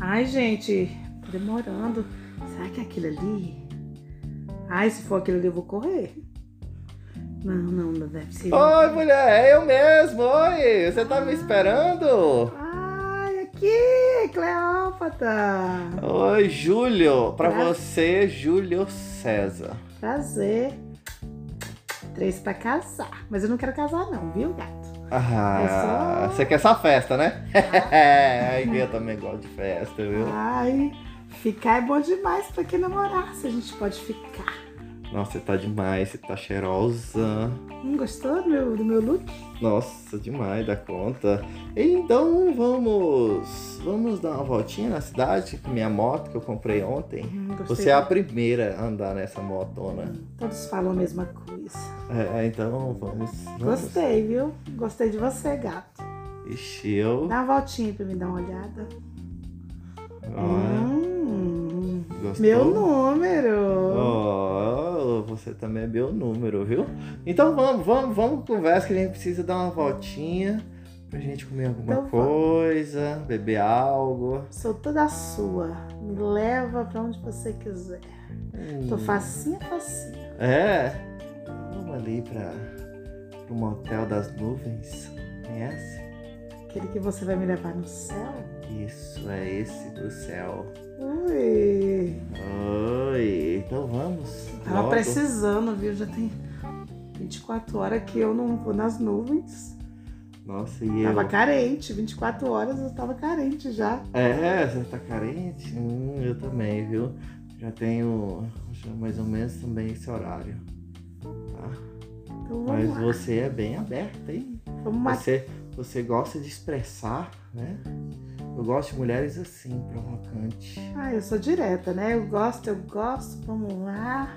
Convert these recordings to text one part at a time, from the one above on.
Ai, gente, tô demorando. Será que é aquilo ali? Ai, se for aquilo ali, eu vou correr. Não, não, não deve ser. Oi, mulher, é eu mesmo. Oi, você tá me esperando? Ai, aqui, Cleópatra. Oi, Júlio. Pra Pra- você, Júlio César. Prazer. Três pra casar. Mas eu não quero casar, não, viu, gato? Ah, É só- você quer só festa, né? Tá? É, eu também gosto de festa, viu? Ai, ficar é bom demais pra quem namorar. Se a gente pode ficar. Nossa, você tá demais, você tá cheirosa. Não Hum, gostou do meu, do meu look? Nossa, demais da conta. Então vamos. Vamos dar uma voltinha na cidade com minha moto que eu comprei ontem. Hum, gostei Você é a do- primeira a andar nessa motona. Todos falam a mesma coisa. É, então vamos. vamos. Gostei, viu? Gostei de você, gato. Ixi, eu. Dá uma voltinha pra me dar uma olhada. Ó, Hum, Ah, é? gostou? Ah. meu número. Ó, você também é meu número, viu? Então vamos, vamos, vamos conversa que a gente precisa dar uma voltinha pra gente comer alguma Então vamos. coisa, beber algo. Sou toda sua. Me leva pra onde você quiser. Tô Hum. facinha, facinha. É. Vamos ali para o motel das nuvens. Conhece? Aquele que você vai me levar no céu. Isso é esse do céu. Ui. Oi, então vamos. Tava logo. precisando, viu? Já tem 24 horas que eu não vou nas nuvens. Nossa, e eu? Tava carente. 24 horas eu tava carente já. É, você tá carente? Hum, eu também, viu? Já tenho já mais ou menos também esse horário. Tá? Então vamos Mas lá. você é bem aberta, hein? Vamos matar. Você, você gosta de expressar, né? Eu gosto de mulheres assim, provocantes. Ah, eu sou direta, né? Eu gosto, eu gosto, vamos lá.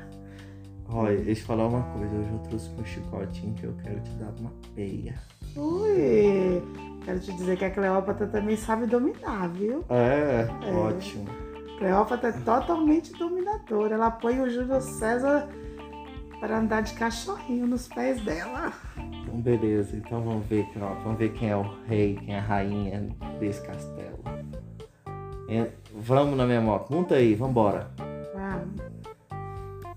Olha, deixa eu te falar uma coisa. Hoje eu trouxe um chicotinho que eu quero te dar uma peia. Ui! Quero te dizer que a Cleópatra também sabe dominar, viu? É, É. ótimo. Cleópatra é totalmente dominadora. Ela põe o Júlio César para andar de cachorrinho nos pés dela. Então, beleza. Então, vamos ver, quem- ó, vamos ver quem é o rei, quem é a rainha desse castelo. En- Vamos na minha moto. Monta aí, vambora. Vamos.